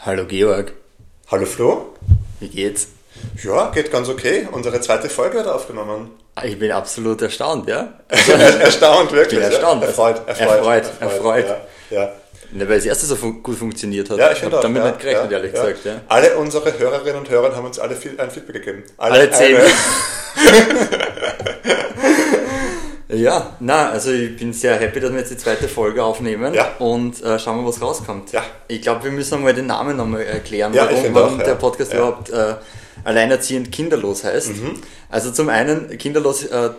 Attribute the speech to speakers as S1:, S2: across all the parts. S1: Hallo Georg,
S2: Hallo Flo?
S1: wie geht's?
S2: Ja, geht ganz okay. Unsere zweite Folge wird aufgenommen.
S1: Ich bin absolut erstaunt, ja?
S2: Erstaunt, wirklich.
S1: Ich bin erstaunt.
S2: Ja. Erfreut, erfreut.
S1: Erfreut, erfreut.
S2: Ja, ja.
S1: Ne, Weil das erste so fun gut funktioniert hat.
S2: ja ich
S1: hab
S2: finde auch.
S1: damit
S2: ja,
S1: nicht gerechnet, ehrlich
S2: ja.
S1: gesagt, ja.
S2: Alle unsere Hörerinnen und Hörer haben uns alle viel, ein Feedback gegeben.
S1: Alle zehn.
S2: Eine,
S1: Ja, na, also ich bin sehr happy, dass wir jetzt die zweite Folge aufnehmen
S2: Ja.
S1: und äh, schauen wir, was rauskommt.
S2: Ja.
S1: Ich glaube, wir müssen einmal den Namen nochmal erklären,
S2: Ja, ich
S1: warum,
S2: finde
S1: warum
S2: auch, ja.
S1: der Podcast
S2: Ja. Mhm.
S1: überhaupt äh, alleinerziehend kinderlos heißt. Also zum einen, kinderlos äh,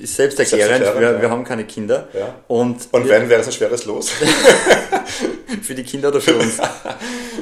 S1: ist selbsterklärend,
S2: Selbsterklärend,
S1: wir,
S2: ja.
S1: wir haben keine Kinder.
S2: Ja.
S1: Und,
S2: und
S1: wir-
S2: wenn, wäre es ein schweres Los.
S1: für die Kinder oder für uns.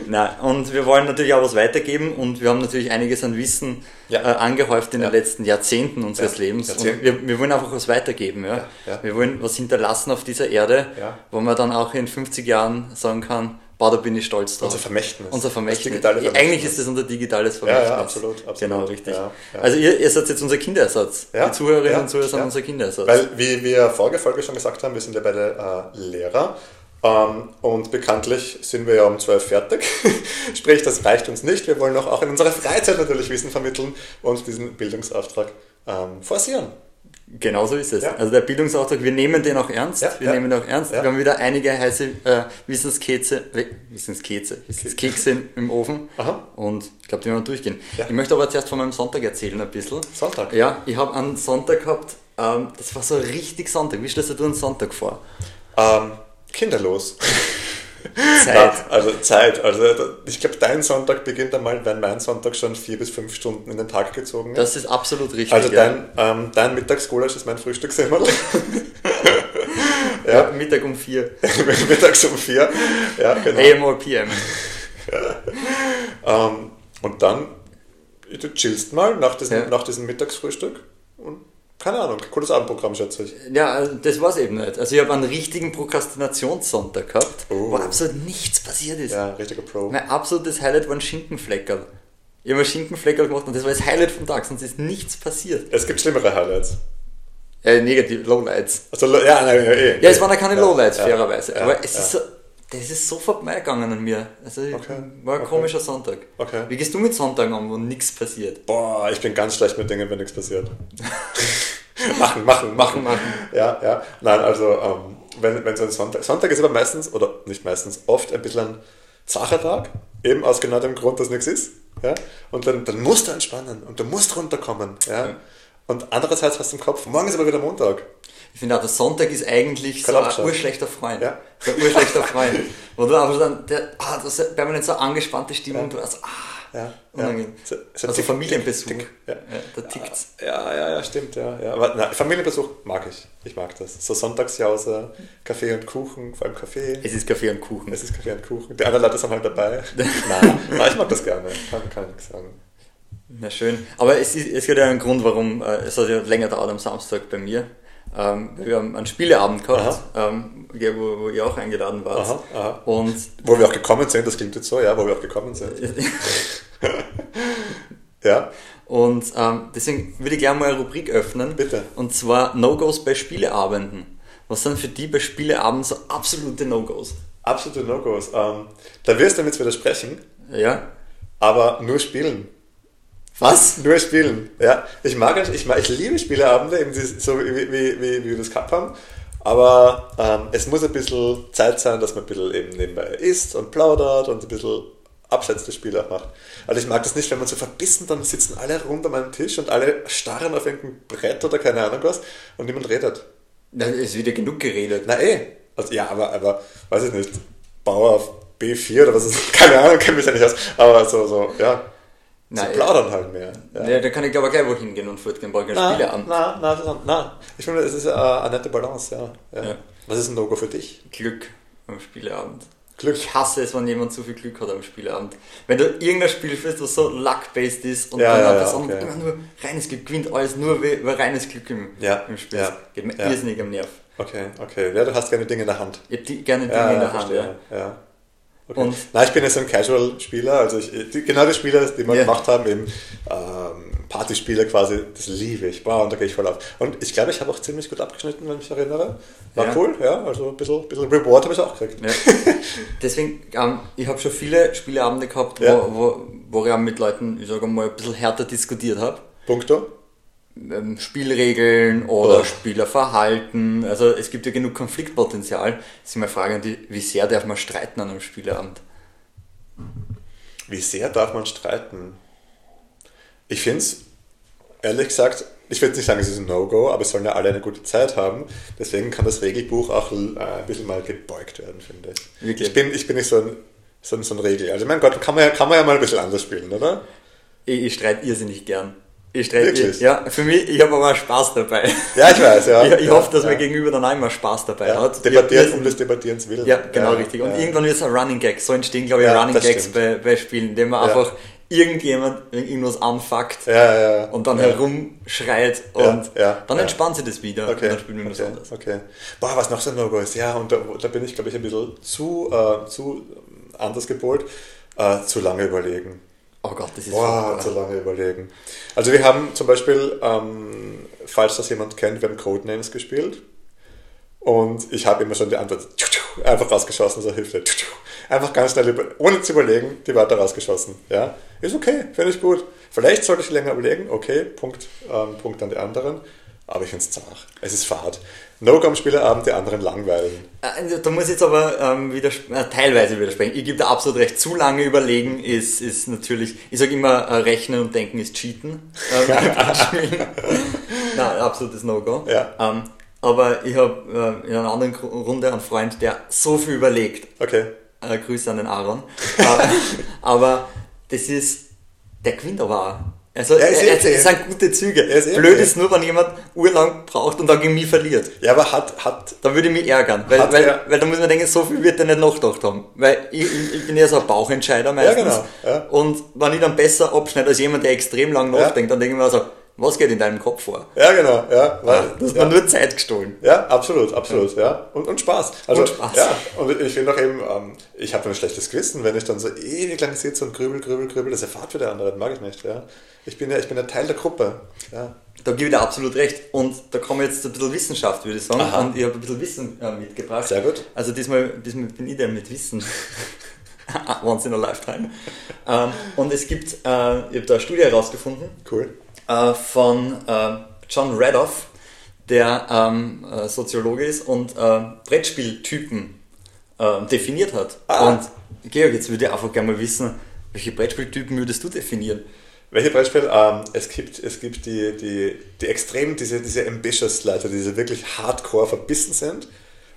S1: Na, und wir wollen natürlich auch was weitergeben und wir haben natürlich einiges an Wissen
S2: Ja.
S1: äh, angehäuft in den letzten Jahrzehnten unseres
S2: Ja,
S1: Lebens. Und
S2: Jahrzehnten.
S1: wir, wir wollen einfach was weitergeben. Ja?
S2: ja.
S1: Wir wollen was hinterlassen auf dieser Erde,
S2: Ja.
S1: wo man dann auch in 50 Jahren sagen kann, boah, da bin ich stolz drauf.
S2: Unser Vermächtnis.
S1: Unser Vermächtnis.
S2: Das digitale Vermächtnis.
S1: Eigentlich ist das unser digitales Vermächtnis.
S2: absolut, absolut.
S1: Genau, richtig.
S2: Ja, ja.
S1: Also ihr, ihr seid jetzt unser Kinderersatz.
S2: Ja,
S1: Die Zuhörerinnen
S2: ja,
S1: und Zuhörer sind
S2: ja.
S1: unser Kinderersatz.
S2: Weil, wie wir vorige Folge schon gesagt haben, wir sind ja beide äh, Lehrer. Ähm, und bekanntlich sind wir ja um 12 fertig. Sprich, das reicht uns nicht. Wir wollen auch, auch in unserer Freizeit natürlich Wissen vermitteln und diesen Bildungsauftrag ähm, forcieren.
S1: Genau so ist es.
S2: Ja.
S1: Also der Bildungsauftrag, wir nehmen den auch ernst.
S2: Ja,
S1: wir
S2: ja.
S1: nehmen ihn auch ernst.
S2: Ja.
S1: Wir haben wieder einige heiße äh, Wissenskäse, We- Wissenskäse, Wissenskekse im- im Ofen.
S2: Aha.
S1: Und ich glaube, die werden wir durchgehen.
S2: Ja.
S1: Ich möchte aber zuerst von meinem Sonntag erzählen ein bisschen.
S2: Sonntag?
S1: Ja, ich habe einen Sonntag gehabt, ähm, das war so richtig Sonntag. Wie stellst du dir einen Sonntag vor?
S2: Ähm, kinderlos.
S1: Zeit.
S2: Ja, also Zeit. Also da- ich glaube, dein Sonntag beginnt einmal, wenn mein Sonntag schon vier bis fünf Stunden in den Tag gezogen ist.
S1: Das ist absolut richtig.
S2: also
S1: ja.
S2: dein, ähm, dein Mittagsgulasch ist mein Frühstückssemmel.
S1: ja. Mittag um vier. eh
S2: Mittags um vier. Ja, genau.
S1: AM or PM.
S2: Ähm, und dann, du chillst mal nach diesem,
S1: Ja.
S2: nach diesem Mittagsfrühstück und keine Ahnung, cooles Abendprogramm, schätze ich.
S1: Ja, also das war's eben nicht. Also ich habe einen richtigen Prokrastinationssonntag gehabt, wo
S2: Oh.
S1: absolut nichts passiert ist.
S2: Ja, richtiger Pro.
S1: Mein absolutes Highlight waren Schinkenfleckerl. Ich habe mir Schinkenfleckerl gemacht und das war das Highlight vom Tag, sonst ist nichts passiert.
S2: Es gibt schlimmere Highlights.
S1: Äh, negativ, Lowlights.
S2: Also, ja, nein, ja, eh.
S1: Ja, es waren ja keine
S2: Ja,
S1: Lowlights,
S2: ja,
S1: fairerweise.
S2: ja,
S1: Aber es
S2: ja.
S1: ist so, das ist so vorbeigegangen an mir. Also ich-
S2: Okay,
S1: war ein
S2: okay.
S1: komischer Sonntag.
S2: Okay.
S1: Wie gehst du mit Sonntagen um, wo nichts passiert?
S2: Boah, ich bin ganz schlecht mit Dingen, wenn nichts passiert. machen, machen, machen,
S1: machen.
S2: Ja, ja. Nein, also, ähm, wenn, wenn so ein Sonntag, Sonntag ist aber meistens, oder nicht meistens, oft ein bisschen ein zacher Tag, eben aus genau dem Grund, dass nichts ist. Ja? Und dann, dann musst du entspannen und du musst runterkommen. Ja? Und andererseits hast du im Kopf, morgen ist aber wieder Montag.
S1: Ich finde auch, der Sonntag ist eigentlich so
S2: Kann
S1: ein
S2: abschalten.
S1: urschlechter Freund.
S2: Ja.
S1: So ein urschlechter Freund. Wo du einfach dann, der, ah, das ist permanent so eine angespannte Stimmung, du hast, ah,
S2: Ja,
S1: unangenehm.
S2: So- so
S1: also
S2: tick,
S1: Familienbesuch.
S2: tick, tick, ja.
S1: Ja, da tickt's.
S2: Ja, ja, ja, stimmt, ja. ja. Aber na, Familienbesuch mag ich. Ich mag das. So Sonntagsjause, Kaffee und Kuchen, vor allem Kaffee.
S1: Es ist Kaffee und Kuchen.
S2: Es ist Kaffee und Kuchen. Die anderen Leute sind halt dabei. Nein, nein ich mag das gerne. Kann, kann ich nichts sagen.
S1: Na schön. Aber es, ist, es gibt ja einen Grund, warum äh, es hat ja länger dauert am Samstag bei mir. Ähm, wir haben einen Spieleabend gehabt, ähm, ja, wo, wo ihr auch eingeladen wart.
S2: Aha, aha.
S1: Und
S2: Wo wir auch gekommen sind, das klingt jetzt so, ja, wo wir auch gekommen sind. Ja,
S1: Und ähm, deswegen würde ich gerne mal eine Rubrik öffnen.
S2: Bitte.
S1: Und zwar No-Gos bei Spieleabenden. Was sind für die bei Spieleabenden so absolute No-Gos?
S2: absolute No-Gos. Ähm, da wirst du jetzt wieder sprechen,
S1: Ja?
S2: aber nur spielen.
S1: Was?
S2: Nur spielen, ja. Ich mag es, ich, mag, ich liebe Spieleabende, eben dieses- so wie, wie, wie, wie wir das gehabt haben. Aber ähm, es muss ein bisschen Zeit sein, dass man ein bisschen eben nebenbei isst und plaudert und ein bisschen abseits des Spiels auch macht. Also ich mag das nicht, wenn man so verbissen, dann sitzen alle rund um einen Tisch und alle starren auf irgendein Brett oder keine Ahnung was und niemand redet.
S1: Da ist wieder genug geredet.
S2: Na eh. Also, ja, aber, aber, weiß ich nicht, Bauer auf B4 oder was ist, keine Ahnung, kenne mich ja nicht aus. Aber so, so, ja.
S1: Na,
S2: so
S1: eh.
S2: plaudern halt mehr. Ja.
S1: Ja, da kann ich glaube ich gleich wohin gehen und fortgehen, brauche ich
S2: Ah.
S1: keinen Spieleabend.
S2: Na, na, na, na. Ich finde, es ist äh, eine nette Balance, ja. ja.
S1: Ja.
S2: Was ist ein No-Go für dich?
S1: Glück am Spieleabend.
S2: Glück.
S1: Ich hasse es, wenn jemand zu viel Glück hat am Spieleabend. Wenn du irgendein Spiel führst, was so luck-based ist und
S2: Ja,
S1: dann
S2: ja,
S1: eine
S2: ja,
S1: Person
S2: okay.
S1: immer nur reines Glück gewinnt, alles nur we- über reines Glück im,
S2: Ja,
S1: im Spiel.
S2: ja,
S1: ist. Geht mir
S2: ja.
S1: irrsinnig am Nerv.
S2: Okay, okay. Ja, du hast gerne Dinge in der Hand.
S1: Ich hab die gerne Dinge in der Hand. Ja.
S2: verstehe. ja. Okay.
S1: Und-
S2: Na, ich bin jetzt so ein Casual-Spieler, also ich, die, genau die Spieler, die wir
S1: Ja.
S2: gemacht haben, eben ähm, Partyspiele quasi, das liebe ich. Wow, und da gehe ich voll ab. Und ich glaube, ich habe auch ziemlich gut abgeschnitten, wenn ich mich erinnere. War
S1: Ja.
S2: cool, ja. Also ein bisschen, bisschen Reward habe ich auch gekriegt.
S1: Ja. Deswegen, ähm, ich habe schon viele Spieleabende gehabt, wo,
S2: Ja.
S1: wo, wo ich auch mit Leuten, ich sage mal, ein bisschen härter diskutiert habe.
S2: Punkto.
S1: ähm, Spielregeln oder
S2: Oh.
S1: Spielerverhalten. Also es gibt ja genug Konfliktpotenzial. Das ist immer eine Frage, an die, wie sehr darf man streiten an einem Spieleabend?
S2: Wie sehr darf man streiten? Ich finde es, ehrlich gesagt, ich würde nicht sagen, es ist ein No-Go, aber es sollen ja alle eine gute Zeit haben. Deswegen kann das Regelbuch auch l- äh, ein bisschen mal gebeugt werden, finde ich.
S1: Wirklich?
S2: Ich bin, ich bin nicht so ein, so, ein, so ein Regel. Also mein Gott, kann man, ja, kann man ja mal ein bisschen anders spielen, oder?
S1: Ich, ich streite irrsinnig gern. Ich streite
S2: Wirklich?
S1: ja, für mich, ich habe aber Spaß dabei.
S2: Ja, ich weiß, ja.
S1: ich ich
S2: ja,
S1: hoffe, dass
S2: ja.
S1: mein Gegenüber dann auch immer Spaß dabei
S2: ja,
S1: hat.
S2: Debattiert
S1: Wir-
S2: um des Debattierens willen.
S1: Ja, genau richtig. Und irgendwann wird es ein Running Gag. So entstehen, glaube ich,
S2: Ja,
S1: Running
S2: das
S1: Gags
S2: stimmt.
S1: bei, bei Spielen, indem man
S2: Ja.
S1: einfach irgendjemand wegen irgendwas anfuckt
S2: Ja, ja, ja.
S1: und dann
S2: ja.
S1: herumschreit und
S2: Ja, ja,
S1: dann
S2: ja.
S1: entspannt sich das wieder
S2: Okay.
S1: und dann spielen wir
S2: okay.
S1: was anderes.
S2: Okay. Boah, was noch so ein No-Go ist, ja, und da, da bin ich, glaube ich, ein bisschen zu, äh, zu ähm, anders gepolt. Äh, zu lange überlegen.
S1: Oh Gott, das ist
S2: Boah, zu lange überlegen. Also wir haben zum Beispiel, ähm, falls das jemand kennt, wir haben Codenames gespielt. Und ich habe immer schon die Antwort tschu, tschu, einfach rausgeschossen, so Hilfe. tschu, tschu. Einfach ganz schnell, über, ohne zu überlegen, die Wörter rausgeschossen. Ja, ist okay, finde ich gut. Vielleicht sollte ich länger überlegen, okay, Punkt, ähm, Punkt an die anderen. Aber ich finde es zart. Es ist fad. No-Gum-Spieleabend, die anderen langweilen.
S1: Äh, Da muss ich jetzt aber ähm, widers äh, teilweise widersprechen. Ich gebe da absolut recht. Zu lange überlegen ist, ist natürlich, ich sage immer, äh, rechnen und denken ist cheaten. Ähm, beim Spielen. Nein, absolutes No-Go.
S2: Ja.
S1: Ähm, aber ich habe äh, in einer anderen Gru- Runde einen Freund, der so viel überlegt.
S2: Okay.
S1: Äh, Grüße an den Aaron. äh, aber das ist, der gewinnt aber auch. Also,
S2: Er ist eh
S1: es
S2: okay.
S1: es sind gute Züge.
S2: Er ist eh
S1: Blöd
S2: okay.
S1: ist nur, wenn jemand urlang braucht und dann gegen mich verliert.
S2: Ja, aber hat, hat,
S1: Da würde ich mich ärgern, weil,
S2: Hat
S1: weil,
S2: er-
S1: weil da muss man denken, so viel wird er nicht nachgedacht haben. Weil ich, ich ich bin ja so ein Bauchentscheider meistens.
S2: genau, ja.
S1: Und wenn ich dann besser abschneide als jemand, der extrem lang nachdenkt, dann denke ich mir so, was geht in deinem Kopf vor?
S2: ja genau, ja. Weil,
S1: Das ist
S2: ja.
S1: mir nur Zeit gestohlen.
S2: Ja, absolut, absolut, ja. Und, und Spaß. Also,
S1: Und Spaß.
S2: Ja, und ich finde auch eben, ähm, ich habe ein schlechtes Gewissen, wenn ich dann so ewig lang sitze und grübel, grübel, grübel, das erfahrt wieder andere, das mag ich nicht, ja. Ich bin ja, ich bin ja Teil der Gruppe, ja.
S1: Da gebe ich dir absolut recht. Und da kommen wir jetzt zu ein bisschen Wissenschaft, würde ich sagen.
S2: Aha.
S1: Und ich habe ein bisschen Wissen äh, mitgebracht.
S2: Sehr gut.
S1: Also diesmal, diesmal bin ich der mit Wissen. Ah, Once in a lifetime. ähm, und es gibt, äh, ich habe da eine Studie herausgefunden,
S2: Cool.
S1: äh, von äh, John Radoff, der ähm, äh, Soziologe ist und äh, Brettspieltypen äh, definiert hat.
S2: Ah.
S1: Und Georg, jetzt würde ich einfach gerne mal wissen, welche Brettspieltypen würdest du definieren?
S2: Welche Brettspiel? Ähm, es gibt, es gibt die, die, die extrem, diese, diese ambitious Leute, die so wirklich hardcore verbissen sind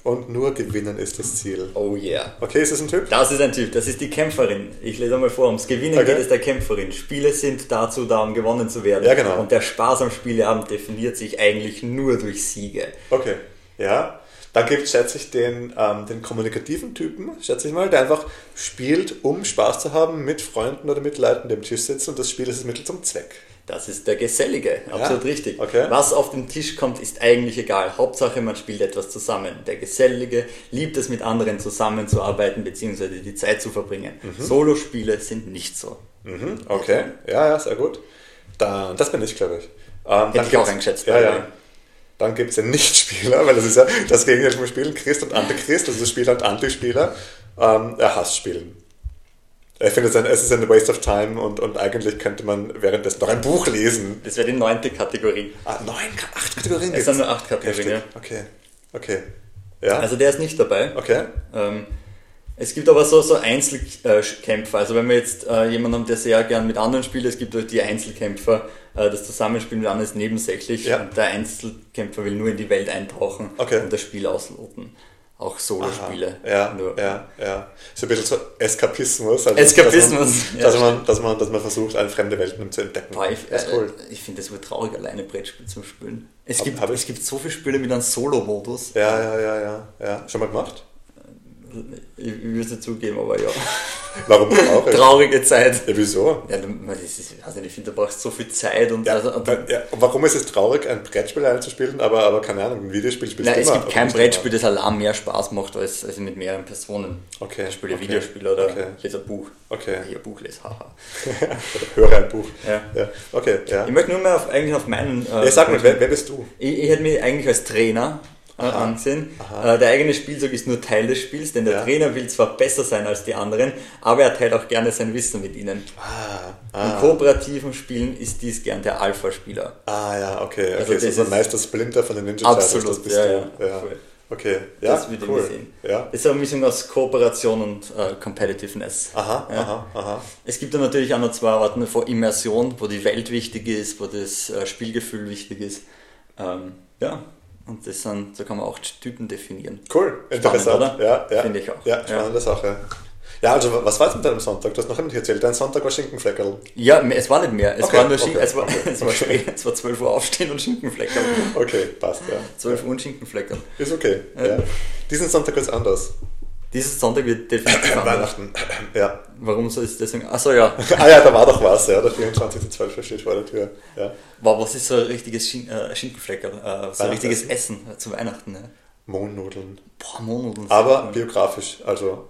S2: und nur gewinnen ist das Ziel.
S1: Oh yeah.
S2: Okay, ist das ein Typ?
S1: Das ist ein Typ, das ist die Kämpferin. Ich lese mal vor, ums Gewinnen
S2: Okay.
S1: geht es der Kämpferin. Spiele sind dazu da, um gewonnen zu werden.
S2: Ja, genau.
S1: Und der Spaß am Spieleabend definiert sich eigentlich nur durch Siege.
S2: Okay, ja. Dann gibt schätze ich, den, ähm, den kommunikativen Typen, schätze ich mal, der einfach spielt, um Spaß zu haben, mit Freunden oder mit Leuten, die am Tisch sitzen und das Spiel ist das Mittel zum Zweck.
S1: Das ist der Gesellige, absolut richtig.
S2: okay.
S1: Was auf den Tisch kommt, ist eigentlich egal. Hauptsache, man spielt etwas zusammen. Der Gesellige liebt es, mit anderen zusammenzuarbeiten bzw. die Zeit zu verbringen. Solospiele sind nicht so.
S2: Mhm, okay, ja, ja, sehr gut. Dann, das bin ich, glaube ich. Ähm,
S1: ich auch
S2: gibt's-
S1: eingeschätzt,
S2: Ja,
S1: by the way.
S2: ja. Dann gibt es den Nichtspieler, weil das ist ja das Gegenteil vom Spielen, Christ und Antichrist, also Spieler und Antispieler. Ähm, er hasst Spielen. Er findet es ein, es ist ein Waste of Time und, und eigentlich könnte man währenddessen noch ein Buch lesen.
S1: Das wäre die neunte Kategorie.
S2: Ah, neun, Ka- acht Kategorien
S1: Es
S2: gibt's.
S1: sind nur acht Kategorien. Ja.
S2: Okay, okay. Ja,
S1: Also der ist nicht dabei.
S2: okay.
S1: Ähm, es gibt aber so, so Einzelkämpfer. Also wenn wir jetzt äh, jemanden haben, der sehr gern mit anderen spielt, es gibt auch die Einzelkämpfer. Äh, das Zusammenspiel mit anderen ist nebensächlich.
S2: Ja.
S1: Und der Einzelkämpfer will nur in die Welt eintauchen
S2: Okay.
S1: und das Spiel ausloten. Auch Solospiele.
S2: Ah, Ja,
S1: Nur.
S2: ja, ja. So ein bisschen so Eskapismus. Also
S1: Eskapismus, ja.
S2: Dass man, dass, man, dass, man, dass man versucht, eine fremde Welt zu entdecken.
S1: Boah, ich
S2: das ist cool.
S1: äh, ich finde das wohl traurig, alleine Brettspiel zu spielen. Es,
S2: Hab-
S1: gibt,
S2: hab ich-
S1: es gibt so viele Spiele mit einem Solo-Modus.
S2: Ja, ja, ja, ja, ja. Schon mal gemacht?
S1: Ich, ich würde es zugeben, aber ja.
S2: Warum traurig?
S1: Traurige Zeit.
S2: Ja, wieso?
S1: Ja, dann- das ist, ich weiß nicht, ich finde, da brauchst du so viel Zeit und, also, und
S2: Dann- Ja, warum ist es traurig, ein Brettspiel einzuspielen, aber, aber keine Ahnung, ein Videospiel spielst
S1: Nein,
S2: du
S1: es
S2: immer,
S1: gibt
S2: aber
S1: kein
S2: nicht
S1: Brettspiel, das allein mehr Spaß macht, als, als mit mehreren Personen.
S2: Okay,
S1: Ich spiele
S2: okay,
S1: Videospiele oder
S2: okay.
S1: lese ein Buch.
S2: Okay.
S1: Ich ein Buch lese, haha.
S2: immer. Oder höre ein Buch.
S1: Ja.
S2: Okay, ja.
S1: Ich möchte nur mehr auf, eigentlich auf meinen... Äh,
S2: ja sag mal, wer, wer bist du?
S1: Ich, ich hätte mich eigentlich als Trainer äh, ansehen. Äh, der eigene Spielzug ist nur Teil des Spiels, denn der
S2: Ja.
S1: Trainer will zwar besser sein als die anderen, aber er teilt auch gerne sein Wissen mit ihnen.
S2: Ah,
S1: Im
S2: ah,
S1: kooperativen Spielen ist dies gern der Alpha-Spieler.
S2: ah ja, okay. okay.
S1: Also
S2: das
S1: das
S2: ist ein
S1: ist-
S2: Meister Splinter von den Ninja Turtles,
S1: Absolut,
S2: das bist
S1: ja,
S2: du.
S1: ja,
S2: Ja.
S1: voll.
S2: Okay, ja,
S1: Das würde ich
S2: cool.
S1: sehen.
S2: Ja.
S1: Ist eine Mischung aus Kooperation und äh, Competitiveness.
S2: Aha,
S1: Ja.
S2: aha, aha.
S1: Es gibt dann natürlich auch noch zwei Arten von Immersion, wo die Welt wichtig ist, wo das äh, Spielgefühl wichtig ist. Ähm, ja, und das sind, so kann man auch Typen definieren.
S2: Cool, interessant.
S1: oder?
S2: Ja, ja.
S1: Finde ich auch.
S2: Ja,
S1: Ja.
S2: spannende Sache. Ja, also was war jetzt mit deinem Sonntag? Du hast noch nicht erzählt, dein Sonntag war Schinkenfleckerl.
S1: Ja, es war nicht mehr. Es
S2: Okay,
S1: war nur
S2: okay,
S1: Schinken, es war,
S2: okay,
S1: es war spät, es war 12 Uhr aufstehen und Schinkenflecker.
S2: Okay, passt, ja.
S1: 12 Uhr und Schinkenflecker.
S2: Ist okay. Ja.
S1: Ja.
S2: Diesen Sonntag ist anders.
S1: Dieses Sonntag wird definitiv anders.
S2: Weihnachten. ja.
S1: Warum so ist deswegen? Achso, ja.
S2: Ah ja, da war doch was, ja. Der 24.12. steht vor der Tür. Ja.
S1: Wow, was ist so ein richtiges Schin äh, Schinkenflecker? Äh, so ein richtiges Essen äh, zu Weihnachten. Ne?
S2: Mohnnudeln.
S1: Boah, Mohnnudeln.
S2: Aber biografisch, also.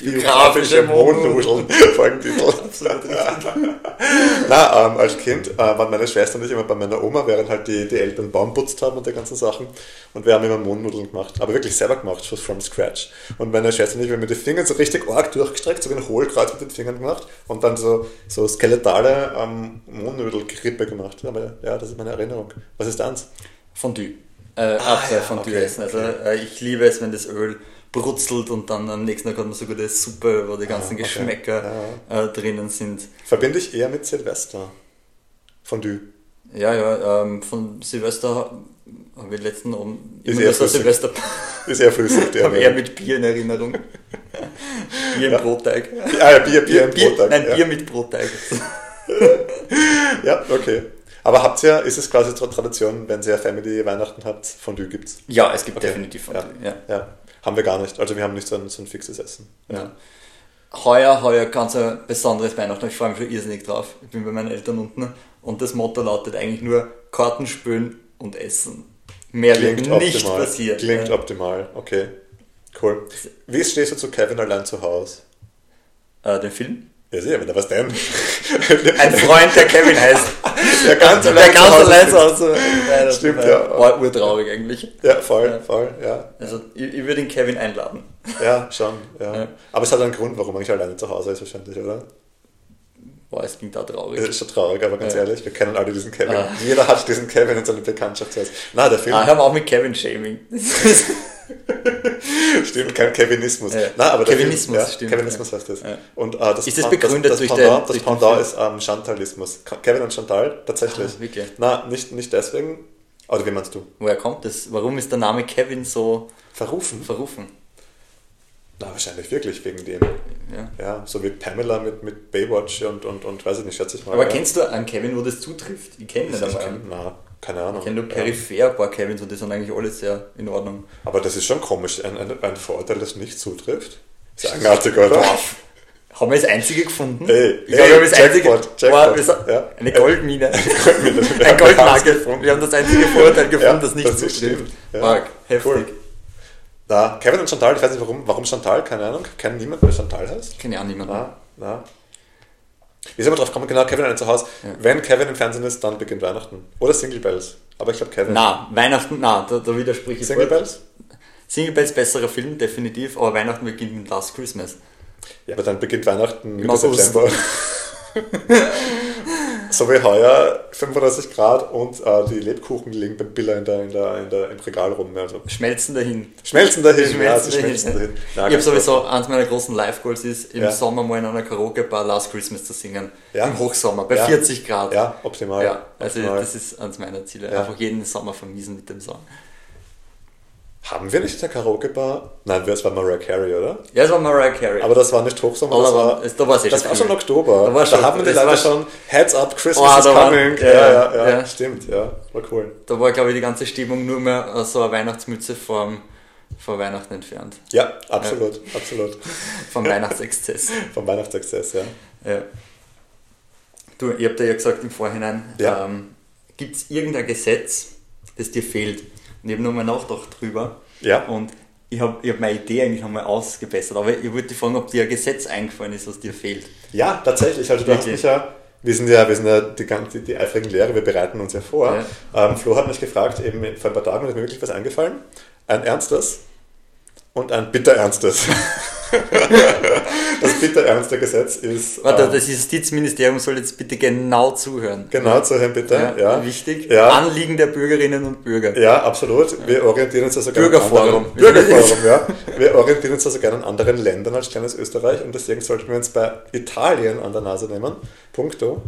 S1: Biografische
S2: Mohnnudeln. Folgentitel.
S1: Absolut richtig.
S2: Na, ähm, als Kind äh, waren meine Schwester und ich immer bei meiner Oma, während halt die, die Eltern Baum putzt haben und die ganzen Sachen. Und wir haben immer Mondnudeln gemacht, aber wirklich selber gemacht, so from scratch. Und meine Schwester und ich, wir haben mit den Fingern so richtig arg durchgestreckt, so wie ein Hohlkreuz mit den Fingern gemacht und dann so, so skeletale ähm, Mondnudelgrippe gemacht. Aber ja, das ist meine Erinnerung. Was ist deins?
S1: Fondue. Äh,
S2: Ah, ja,
S1: Abseits Fondue
S2: okay,
S1: essen. Also äh, ich liebe es, wenn das Öl brutzelt und dann am nächsten Tag hat man so gute Suppe, wo die ganzen
S2: Ah, okay.
S1: Geschmäcker äh, drinnen sind.
S2: Verbinde ich eher mit Silvester. Fondue.
S1: Ja, ja, ähm, von Silvester habe ich letzten Abend
S2: Ist
S1: immer
S2: eher
S1: nur so
S2: flüssig.
S1: Silvester
S2: Ist eher flüssig, der.
S1: habe eher mit Bier in Erinnerung. Bier im Brotteig.
S2: ah, ja, Bier, Bier, und Brotteig,
S1: nein,
S2: ja.
S1: Bier mit Brotteig.
S2: Ja, okay. Aber habt ihr, ist es quasi tra- Tradition, wenn ihr Family Weihnachten habt, Fondue gibt's?
S1: Ja, es gibt
S2: Okay.
S1: definitiv Fondue. Ja.
S2: Ja. ja. Haben wir gar nicht. Also wir haben nicht so ein, so ein fixes Essen.
S1: Ja. Heuer, heuer ganz ein besonderes Weihnachten. Ich freue mich schon irrsinnig drauf. Ich bin bei meinen Eltern unten und das Motto lautet eigentlich nur Karten spülen und essen. Mehr wird nicht passiert.
S2: Klingt
S1: ja.
S2: optimal. Okay. Cool. Wie stehst du zu Kevin allein zu Hause?
S1: äh, den Film?
S2: Ja, sicher, wenn er was denn?
S1: Ein Freund, der Kevin heißt. Also
S2: der ganz
S1: Der
S2: allein zu
S1: ganz
S2: Hause
S1: allein
S2: ist-
S1: zu Hause. Weihnachten
S2: Stimmt,
S1: feiert.
S2: ja.
S1: War urtraurig eigentlich.
S2: Ja, voll, voll, ja.
S1: Also ich, ich würde den Kevin einladen.
S2: Ja, schon, ja.
S1: Ja.
S2: Aber es hat einen Grund, warum er nicht alleine zu Hause ist, wahrscheinlich, oder?
S1: Boah, es klingt da traurig.
S2: Das ist schon traurig, aber ganz
S1: Ja.
S2: ehrlich, wir kennen alle diesen Kevin.
S1: Ah.
S2: Jeder hat diesen Kevin in seiner Bekanntschaftskreis. Na, der Film
S1: Ah, hör mal auf mit Kevin Shaming.
S2: Stimmt, kein Kevinismus.
S1: Ja.
S2: Nein, aber der
S1: Kevinismus,
S2: Film, ja,
S1: stimmt,
S2: Kevinismus heißt das. Und, äh, das
S1: Ist das
S2: Pan-
S1: begründet
S2: das, das
S1: durch
S2: Pendant,
S1: den-
S2: Das
S1: durch den
S2: Pendant ist ähm, Chantalismus. Ka- Kevin und Chantal, tatsächlich.
S1: Ah, wirklich?
S2: Na, nicht, nicht deswegen. Oder wie meinst du?
S1: Woher kommt das? Warum ist der Name Kevin so
S2: Verrufen?
S1: verrufen?
S2: Na, wahrscheinlich wirklich wegen dem.
S1: Ja.
S2: Ja, so wie Pamela mit, mit Baywatch und, und, und weiß ich nicht, schätze ich mal.
S1: Aber
S2: ja.
S1: kennst du einen Kevin, wo das zutrifft? Ich kenne
S2: ich
S1: nicht
S2: das?
S1: einmal.
S2: Na, keine Ahnung.
S1: Ich kenne nur
S2: Ja.
S1: peripher ein paar Kevins und die sind eigentlich alle sehr in Ordnung.
S2: Aber das ist schon komisch. Ein, ein, ein Vorurteil, das nicht zutrifft. Ist ja eigenartig, oder?
S1: Haben wir das einzige gefunden?
S2: Ey,
S1: ich glaube,
S2: ey,
S1: wir haben das
S2: Jackpot,
S1: einzige.
S2: Jackpot,
S1: Wow, wir sind-
S2: ja.
S1: Eine Goldmine.
S2: Wir
S1: Ein
S2: haben alles
S1: Goldnagel.
S2: gefunden.
S1: Wir haben das einzige Vorurteil gefunden,
S2: Ja,
S1: das nicht
S2: das ist
S1: zutrifft.
S2: stimmt. Ja.
S1: Mark, heftig.
S2: Cool. Na, Kevin und Chantal, ich weiß nicht warum, warum Chantal, keine Ahnung, kennt niemand, wer Chantal heißt.
S1: Kenne ich auch niemanden.
S2: Na, na. Wir sind aber drauf gekommen, genau, Kevin allein zu Hause. Wenn Kevin im Fernsehen ist, dann beginnt Weihnachten. Oder Single Bells. Aber ich glaube Kevin.
S1: Na, Weihnachten, na, da, da widerspreche ich.
S2: Single
S1: voll.
S2: Bells?
S1: Single Bells, besserer Film, definitiv, aber Weihnachten beginnt mit Last Christmas.
S2: Ja, aber dann beginnt Weihnachten Mitte
S1: August.
S2: September. so wie heuer, 35 Grad und äh, die Lebkuchen liegen beim Biller in der, in der, in der, im Regal rum. Also,
S1: Schmelzen dahin.
S2: schmelzen dahin, ja,
S1: Schmelzen
S2: sie
S1: dahin.
S2: schmelzen dahin. Na,
S1: ich habe
S2: ganz
S1: sowieso, eins meiner großen Live-Goals ist, im
S2: Ja.
S1: Sommer mal in einer Karaoke-Bar Last Christmas zu singen.
S2: Ja.
S1: Im Hochsommer, bei
S2: Ja.
S1: 40 Grad.
S2: Ja, optimal.
S1: Ja, also
S2: optimal.
S1: das ist eins meiner Ziele.
S2: Ja.
S1: Einfach jeden Sommer vermiesen mit dem Song.
S2: Haben wir nicht in der Karaoke-Bar? Nein, das war Mariah Carey, oder?
S1: Ja, das war Mariah Carey.
S2: Aber das war nicht Hochsommer,
S1: Aber
S2: das
S1: war-
S2: war,
S1: es- da war es eh
S2: das
S1: schon
S2: war schon
S1: kühl.
S2: Oktober. Da,
S1: Da war schon-
S2: haben die
S1: das
S2: Leute
S1: war-
S2: schon Heads up, Christmas
S1: Oh,
S2: is
S1: da war-
S2: coming.
S1: ja,
S2: ja, ja, ja,
S1: ja.
S2: stimmt, ja, war cool.
S1: Da war, glaube ich, die ganze Stimmung nur mehr äh, so eine Weihnachtsmütze vorm vor Weihnachten entfernt.
S2: Ja, absolut, absolut.
S1: Vom Weihnachtsexzess.
S2: Vom Weihnachtsexzess, ja.
S1: Ja. Äh, Du, ihr habt ja gesagt im Vorhinein,
S2: Ja.
S1: ähm, gibt es irgendein Gesetz, das dir fehlt? Und ich habe nochmal nachgedacht drüber.
S2: Ja.
S1: Und ich habe ich hab meine Idee eigentlich nochmal ausgebessert. Aber ich wollte dich fragen, ob dir ein Gesetz eingefallen ist, was dir fehlt.
S2: Ja, tatsächlich. Also du hast
S1: Wirklich?
S2: mich ja, wir sind ja, wir sind ja die ganze, die eifrigen Lehrer, wir bereiten uns ja vor. Ähm, Flo hat mich gefragt, eben vor ein paar Tagen und ist mir wirklich was eingefallen. Ein ernstes und ein bitter ernstes. das bitter ernste Gesetz ist.
S1: Warte,
S2: ähm,
S1: das Justizministerium soll jetzt bitte genau zuhören.
S2: genau zuhören, bitte. Ja, ja.
S1: Wichtig.
S2: Ja.
S1: Anliegen der Bürgerinnen und Bürger.
S2: absolut. Wir orientieren uns da sogar an
S1: Bürgerforum.
S2: anderen- Bürgerforum, ja. Wir orientieren uns da sogar an anderen Ländern als kleines Österreich und deswegen sollten wir uns bei Italien an der Nase nehmen. Punkto.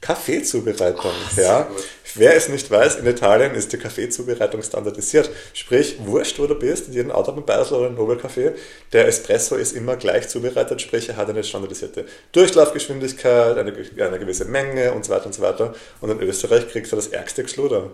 S2: Kaffeezubereitung. ja.
S1: gut.
S2: Wer es nicht weiß, in Italien ist die Kaffeezubereitung standardisiert. Sprich, wurscht wo du bist, in jedem Automobilbeisel oder Nobelkaffee, der Espresso ist immer gleich zubereitet, sprich, er hat eine standardisierte Durchlaufgeschwindigkeit, eine, eine gewisse Menge und so weiter und so weiter. Und in Österreich kriegst du das ärgste Geschluder.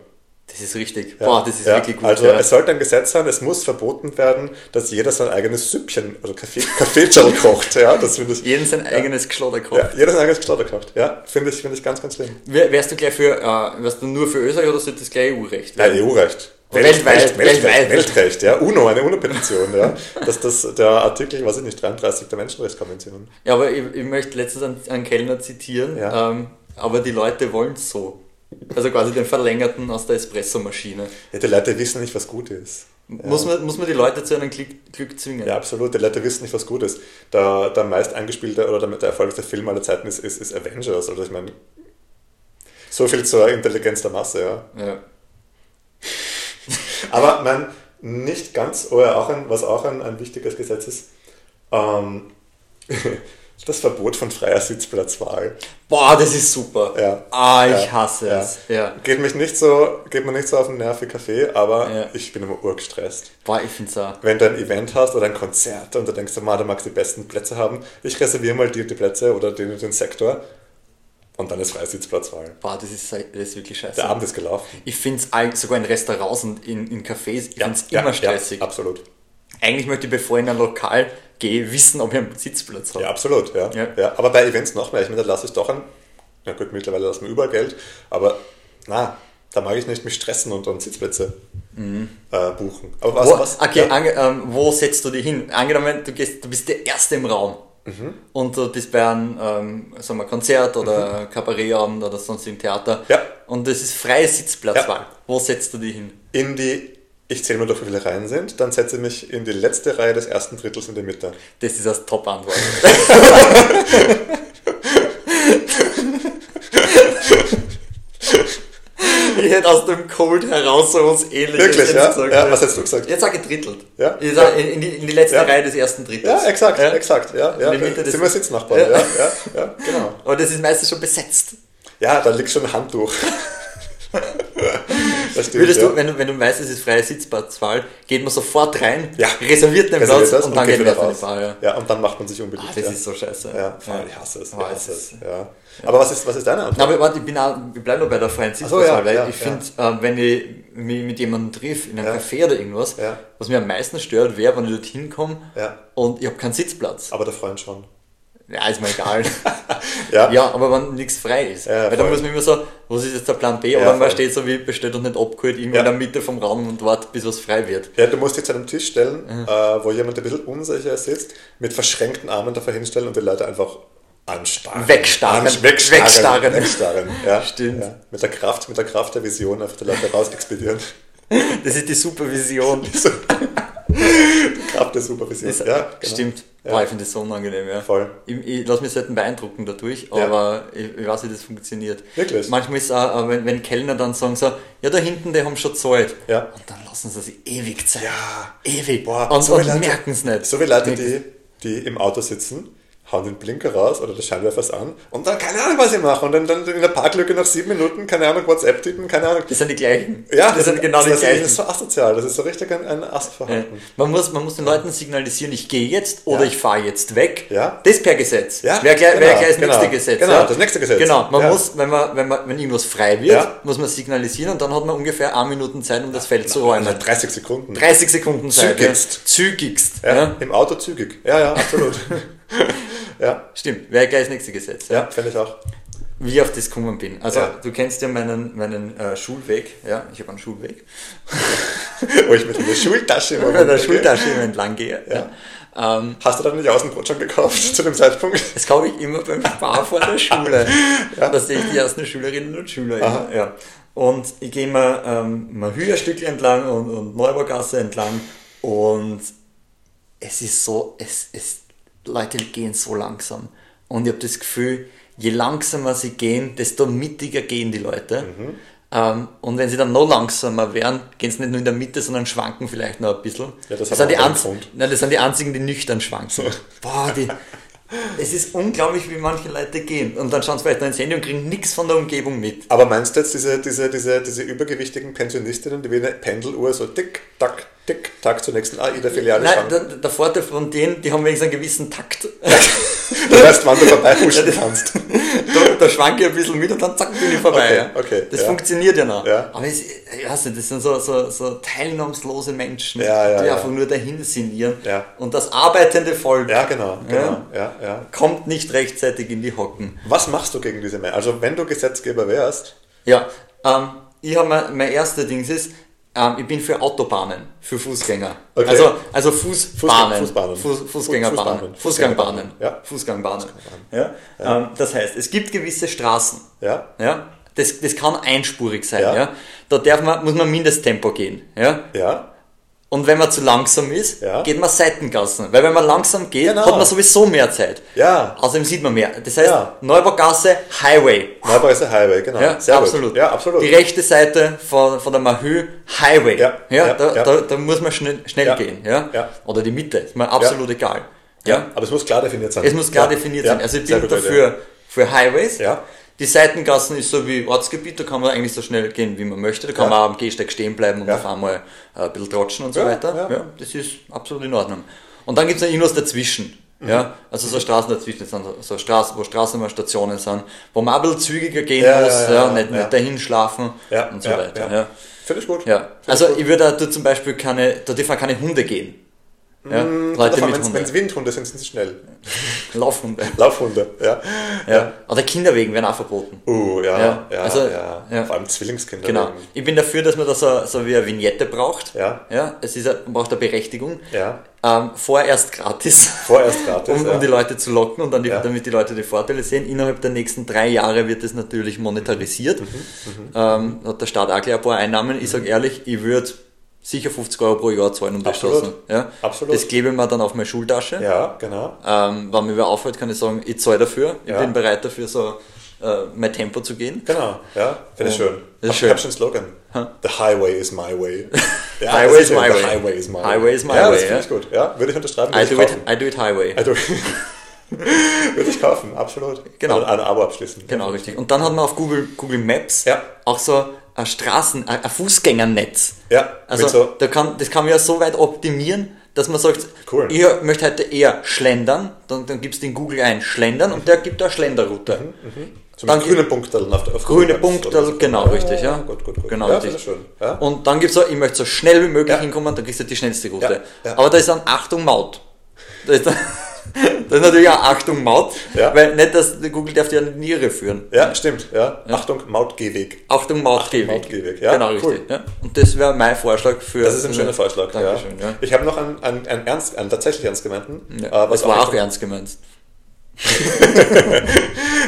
S1: Das ist richtig.
S2: Ja,
S1: Boah, das ist
S2: ja.
S1: wirklich gut.
S2: Also
S1: ja.
S2: es sollte ein Gesetz sein, es muss verboten werden, dass jeder sein eigenes Süppchen oder Kaffee, Kaffeecherl kocht. Ja, das finde ich.
S1: Jeden sein eigenes Geschlotter kocht.
S2: Ja, jeder sein eigenes Geschlotter kocht. Ja, finde ich, finde ich ganz, ganz schlimm.
S1: Wär- Wärst du gleich für, äh, wärst du nur für Österreich oder sollte das gleich EU-Recht
S2: Nein, EU-Recht.
S1: Weltweit,
S2: Welt- Welt-
S1: weltweit.
S2: Weltrecht, ja. UNO, eine UNO-Petition, ja. Dass das der Artikel, weiß ich nicht, 33 der Menschenrechtskonvention.
S1: Ja, aber ich, ich möchte letztens einen, einen Kellner zitieren,
S2: Ja.
S1: ähm, aber die Leute wollen so. Also quasi den Verlängerten aus der Espressomaschine.
S2: Ja, die Leute wissen nicht, was gut ist.
S1: Muss, man, muss man die Leute zu einem Glück, Glück zwingen?
S2: Ja, absolut. Die Leute wissen nicht, was gut ist. Der, der meist eingespielte oder der, der erfolgreichste Film aller Zeiten ist, ist, ist Avengers. Oder ich meine, so viel zur Intelligenz der Masse, ja.
S1: Ja.
S2: Aber man, nicht ganz, oder auch ein, was auch ein, ein wichtiges Gesetz ist, ähm, das Verbot von freier Sitzplatzwahl.
S1: Boah, das ist super.
S2: Ja.
S1: Ah, ich
S2: Ja.
S1: hasse
S2: Ja.
S1: es. Ja.
S2: Geht, mich nicht so, geht mir nicht so auf den Nerv wie Kaffee, aber
S1: Ja.
S2: ich bin immer urgestresst.
S1: Boah, ich find's auch.
S2: Wenn du ein Event hast oder ein Konzert und du denkst, man, du magst die besten Plätze haben, ich reserviere mal dir die Plätze oder den, und den Sektor und dann ist freie Sitzplatzwahl.
S1: Boah, das ist, das ist wirklich scheiße.
S2: Der Abend ist gelaufen.
S1: Ich find's all- sogar in Restaurants und in, in Cafés, ich find's immer stressig.
S2: Ja, absolut.
S1: Eigentlich möchte ich, bevor ich in ein Lokal gehe, wissen, ob ich einen Sitzplatz habe.
S2: Ja, absolut, ja.
S1: Ja.
S2: ja. aber bei Events noch mehr. Ich meine, da lasse ich doch ein. Na gut, mittlerweile lassen wir über Geld, aber na, da mag ich nicht mich stressen und, und Sitzplätze äh, buchen. Aber was,
S1: Mhm. Wo,
S2: was?
S1: okay,
S2: ja,
S1: ange, ähm, wo setzt du dich hin? Angenommen, du, gehst, du bist der Erste im Raum
S2: Mhm.
S1: und du bist bei einem ähm, sagen wir Konzert oder Kabarettabend oder sonst im Theater
S2: Mhm. Ja.
S1: und das ist freie Sitzplatzwahl.
S2: Ja.
S1: Wo setzt du dich hin?
S2: in die, ich zähle mal durch, wie viele Reihen sind, dann setze ich mich in die letzte Reihe des ersten Drittels in die Mitte.
S1: Das ist das Top-Antwort. ich hätte aus dem Cold heraus so was ähnliches
S2: Wirklich,
S1: jetzt
S2: ja?
S1: gesagt.
S2: ja? Was hättest du gesagt?
S1: Jetzt sage ich drittelt.
S2: Ja.
S1: Ich sag, in, in, die, in die letzte
S2: Ja.
S1: Reihe des ersten Drittels.
S2: Ja, exakt, exakt. Ja, ja.
S1: In der Mitte des-
S2: Sind wir Sitznachbarn?
S1: Ja.
S2: Ja. Ja, ja, genau.
S1: Aber das ist meistens schon besetzt.
S2: Ja, da liegt schon ein Handtuch. das stimmt,
S1: Würdest
S2: ja.
S1: du, wenn du, wenn du weißt, es ist freie Sitzplatzwahl, geht man sofort rein,
S2: Ja.
S1: reserviert den
S2: Reserviert
S1: Platz
S2: das
S1: und dann
S2: geht
S1: geht man
S2: wieder
S1: von die
S2: raus.
S1: Bar. Ja.
S2: Ja, und dann macht man sich unbedingt.
S1: Ah, das
S2: ja.
S1: ist so scheiße.
S2: Ja, voll, ich hasse es. Ich
S1: Boah,
S2: hasse
S1: es
S2: es.
S1: ist-
S2: Ja. Aber was ist, was ist deine
S1: Na,
S2: Antwort?
S1: aber warte, ich, bin auch, ich bleib noch bei der freien
S2: so,
S1: Sitzplatzwahl,
S2: ja,
S1: weil
S2: ja,
S1: ich
S2: ja.
S1: finde, äh, wenn ich mich mit jemandem triff, in einem
S2: Ja.
S1: Café oder irgendwas,
S2: Ja.
S1: was mir am meisten stört, wäre, wenn ich dorthin komme
S2: Ja.
S1: und ich habe keinen Sitzplatz.
S2: Aber der Freund schon.
S1: Ja, ist mir egal.
S2: Ja.
S1: Ja, aber wenn nichts frei ist.
S2: Ja,
S1: weil dann
S2: voll.
S1: muss man immer so, was ist jetzt der Plan B?
S2: Ja,
S1: Oder man
S2: voll.
S1: steht so wie bestellt und nicht abgeholt, irgendwo
S2: Ja.
S1: in der Mitte vom Raum und wartet, bis was frei wird.
S2: Ja, du musst dich zu einem Tisch stellen, äh, wo jemand ein bisschen unsicher sitzt, mit verschränkten Armen davor hinstellen und die Leute einfach anstarren.
S1: Wegstarren.
S2: Ansch- wegstarren.
S1: Wegstarren.
S2: Wegstarren. Ja.
S1: Stimmt.
S2: Ja. Mit der Kraft, mit der Kraft der Vision einfach die Leute raus expedieren.
S1: Das ist die Supervision.
S2: Kraft der Supervision.
S1: Das,
S2: ja, genau.
S1: Stimmt.
S2: Ja.
S1: Boah, ich finde das so unangenehm, ja.
S2: Voll.
S1: Ich, ich lasse mich selten beeindrucken dadurch,
S2: Ja.
S1: aber ich, ich weiß, wie das funktioniert.
S2: Wirklich?
S1: Manchmal ist es auch, äh, wenn, wenn Kellner dann sagen so, ja, da hinten, die haben schon gezahlt.
S2: Ja.
S1: Und dann lassen sie sich ewig Zeit.
S2: Ja.
S1: Ewig.
S2: Boah,
S1: und
S2: so
S1: und
S2: viele Leute-
S1: merken es nicht.
S2: So wie Leute, die, die im Auto sitzen hauen den Blinker raus oder das Scheinwerfers an und dann keine Ahnung, was ich mache. Und dann, dann in der Parklücke nach sieben Minuten, keine Ahnung, WhatsApp tippen, keine Ahnung.
S1: Das sind die gleichen.
S2: Ja,
S1: das, sind genau die
S2: das,
S1: gleichen.
S2: Das ist so asozial, das ist so richtig ein, ein
S1: Ja.
S2: Astverhalten.
S1: Äh, Man muss, man muss den Leuten signalisieren, ich gehe jetzt oder
S2: Ja.
S1: ich fahre jetzt weg.
S2: Ja.
S1: Das per Gesetz.
S2: Ja,
S1: Wäre gleich, wär
S2: genau,
S1: gleich das
S2: genau,
S1: nächste Gesetz.
S2: genau,
S1: ja.
S2: das nächste Gesetz.
S1: Genau, man
S2: Ja.
S1: muss, wenn, man, wenn, man, wenn irgendwas frei wird,
S2: Ja.
S1: muss man signalisieren und dann hat man ungefähr eine Minuten Zeit, um das Feld zu räumen.
S2: 30 Sekunden.
S1: 30 Sekunden Zeit.
S2: Zügigst.
S1: Ja. Zügigst. Ja.
S2: Ja, Im Auto zügig. Ja, ja, absolut. ja,
S1: Stimmt, wäre gleich das nächste Gesetz.
S2: ja, finde ich auch.
S1: Wie ich auf das gekommen bin. Also,
S2: Ja.
S1: du kennst ja meinen, meinen äh, Schulweg. Ja, ich habe einen Schulweg.
S2: Wo ich mit der Schultasche immer
S1: Wenn ich an der
S2: runtergehe.
S1: Schultasche immer entlang gehe. Ja. Ähm,
S2: Hast du dann nicht Außenbrot gekauft zu dem Zeitpunkt?
S1: Das kaufe ich immer beim Spar vor der Schule. Da sehe ich die ersten Schülerinnen und Schüler. Immer. Ja. Und ich gehe mal, ähm, mal Hühnerstück entlang und, und Neubaugasse entlang. Und es ist so, es ist, Leute gehen so langsam. Und ich habe das Gefühl, je langsamer sie gehen, desto mittiger gehen die Leute.
S2: Mhm.
S1: Ähm, und wenn sie dann noch langsamer wären, gehen sie nicht nur in der Mitte, sondern schwanken vielleicht noch ein bisschen.
S2: Ja, das hat
S1: sind die
S2: auch einen
S1: Anz-
S2: Grund.
S1: Nein, das sind die einzigen, die nüchtern schwanken. Boah, die, es ist unglaublich, wie manche Leute gehen. Und dann schauen sie vielleicht noch ins Handy und kriegen nichts von der Umgebung mit.
S2: Aber meinst du jetzt diese, diese, diese, diese übergewichtigen Pensionistinnen, die wie eine Pendeluhr so tick, tack, tick, tack zur nächsten AIDA-Filiale
S1: Nein,
S2: schauen?
S1: der, der Vorteil von denen, die haben wenigstens einen gewissen Takt.
S2: Du weißt, wann du vorbeihuschen kannst.
S1: da, da schwanke ich ein bisschen mit und dann zack bin ich vorbei.
S2: Okay,
S1: ja.
S2: okay,
S1: das
S2: ja.
S1: funktioniert ja noch.
S2: Ja.
S1: Aber es, ich weiß nicht, das sind so, so, so teilnahmslose Menschen,
S2: Ja, ja,
S1: die
S2: ja.
S1: einfach nur dahin sinnieren.
S2: Ja.
S1: Und das arbeitende Volk
S2: Ja, genau, genau,
S1: Ja.
S2: ja, ja.
S1: kommt nicht rechtzeitig in die Hocken.
S2: Was machst du gegen diese Menschen? Also, wenn du Gesetzgeber wärst,
S1: Ja, ähm, ich habe mein, mein erster Dings ist, ähm, ich bin für Autobahnen, für Fußgänger.
S2: Okay.
S1: Also, also Fußbahnen,
S2: Fußbahnen.
S1: Fuß, Fußgängerbahnen,
S2: Fußbahnen.
S1: Fußgängerbahnen,
S2: Ja.
S1: Fußgängerbahnen. Ja. Ähm, das heißt, es gibt gewisse Straßen.
S2: ja,
S1: Ja? Das, das kann einspurig sein. Ja.
S2: Ja.
S1: Da darf man, muss man Mindesttempo gehen. Ja?
S2: ja,
S1: Und wenn man zu langsam ist,
S2: Ja.
S1: geht man Seitengassen. Weil wenn man langsam geht,
S2: Genau.
S1: hat man sowieso mehr Zeit.
S2: ja.
S1: Außerdem sieht man mehr. Das heißt,
S2: Ja.
S1: Neubaugasse, Highway.
S2: Neubau ist der Highway, genau.
S1: Ja,
S2: Sehr gut.
S1: absolut.
S2: Ja, absolut.
S1: Die rechte Seite von, von der Mahö Highway.
S2: Ja,
S1: ja,
S2: ja,
S1: da,
S2: ja.
S1: Da, da muss man schnell, schnell
S2: Ja,
S1: gehen. Ja?
S2: ja.
S1: Oder die Mitte, ist mir absolut egal. Ja?
S2: Ja, aber es muss klar definiert sein.
S1: Es muss klar
S2: Ja,
S1: definiert
S2: ja,
S1: sein. Also ich
S2: sehr
S1: bin
S2: gute Idee.
S1: dafür für Highways.
S2: Ja.
S1: Die Seitengassen ist so wie Ortsgebiet, da kann man eigentlich so schnell gehen, wie man möchte. Da kann
S2: Ja.
S1: man auch am Gehsteig stehen bleiben und
S2: Ja.
S1: auf einmal äh, ein bisschen trotschen und so
S2: Ja,
S1: weiter. Ja.
S2: ja.
S1: das ist absolut in Ordnung. Und dann gibt es noch irgendwas dazwischen.
S2: Mhm.
S1: Ja, also so Straßen dazwischen, das sind so- so Straßen, wo Straßenbahnstationen sind, wo man auch ein bisschen zügiger gehen
S2: Ja, ja,
S1: muss, ja,
S2: ja, ja,
S1: nicht,
S2: ja.
S1: nicht dahin schlafen
S2: Ja,
S1: und so
S2: ja,
S1: weiter.
S2: ja.
S1: Ja.
S2: Finde ich gut.
S1: Ja. Also ich würde da zum Beispiel keine, da dürfen auch keine Hunde gehen. Ja,
S2: Hm, Mm,
S1: Leute mit
S2: Wenn
S1: Hunden,
S2: es Windhunde sind, sind sie schnell.
S1: Laufhunde.
S2: Laufhunde, ja.
S1: Ja. Oder Kinderwegen werden auch verboten.
S2: Uh, ja,
S1: Ja,
S2: ja,
S1: also,
S2: ja.
S1: ja.
S2: Vor allem Zwillingskinder.
S1: Genau.
S2: wegen-
S1: Ich bin dafür, dass man da so, so wie eine Vignette braucht.
S2: Ja.
S1: ja es ist, eine- man braucht eine Berechtigung.
S2: Ja.
S1: Ähm, vorerst gratis.
S2: Vorerst gratis.
S1: um,
S2: ja.
S1: um die Leute zu locken und dann die,
S2: Ja.
S1: damit die Leute die Vorteile sehen. Innerhalb der nächsten drei Jahre wird das natürlich monetarisiert.
S2: Mhm,
S1: Ähm, hat der Staat auch gleich ein paar Einnahmen. Ich sage ehrlich, ich würde sicher 50 Euro pro Jahr zahlen, um das
S2: Absolut.
S1: Straßen. Ja?
S2: Absolut.
S1: Das klebe ich mir dann auf meine Schultasche.
S2: ja, genau.
S1: Ähm, wenn mir wer aufhört, kann ich sagen, ich zahle dafür. Ich
S2: Ja.
S1: bin bereit dafür, so äh, mein Tempo zu gehen.
S2: Genau, ja. Finde ich
S1: Ja.
S2: schön.
S1: Das ist
S2: Ich
S1: schön.
S2: hab schon einen Slogan. The highway is my way. Ja,
S1: Highway
S2: das
S1: is my
S2: schön.
S1: way.
S2: The highway is my
S1: Highway is my
S2: ja,
S1: way,
S2: Das finde
S1: ja.
S2: ich gut. Ja, würde ich unterschreiben.
S1: I
S2: Würde ich
S1: do, it,
S2: kaufen.
S1: I do it highway.
S2: I do würde ich kaufen, absolut.
S1: Genau.
S2: Und ein Abo abschließen.
S1: Genau, richtig. Und dann hat man auf Google, Google Maps
S2: Ja.
S1: auch so ein Straßen, ein ein Fußgängernetz.
S2: Ja,
S1: Also
S2: mit so.
S1: da kann, das kann man ja so weit optimieren, dass man sagt,
S2: Cool.
S1: ich möchte heute eher schlendern, dann, dann gibst du in Google ein Schlendern und der gibt eine Schlenderroute.
S2: Mhm. Zum
S1: dann-
S2: grüne Punkte auf der auf
S1: Grüne
S2: Maps oder so.
S1: Punkte, genau, richtig, ja.
S2: Gut, gut, gut.
S1: Genau,
S2: ja,
S1: richtig.
S2: finde ich schön. Ja.
S1: Und dann gibt's so, ich möchte so schnell wie möglich
S2: Ja.
S1: hinkommen, dann kriegst du die schnellste Route.
S2: Ja, ja.
S1: Aber da ist dann Achtung Maut. Da ist, dann, da ist natürlich auch Achtung Maut,
S2: Ja.
S1: weil nicht, dass Google darf dir in die Irre führen.
S2: ja, stimmt. Ja. Achtung, Mautgehweg.
S1: Achtung Mautgehweg.
S2: Mautgehweg, ja,
S1: Genau,
S2: cool.
S1: richtig. Ja. Und das wäre mein Vorschlag für...
S2: Das ist ein schöner Vorschlag.
S1: Dankeschön,
S2: ja.
S1: ja.
S2: Ich habe noch einen, einen, einen, ernst, einen tatsächlich ernst gemeinten.
S1: ja.
S2: äh,
S1: das war
S2: mich-
S1: auch ernst gemeint.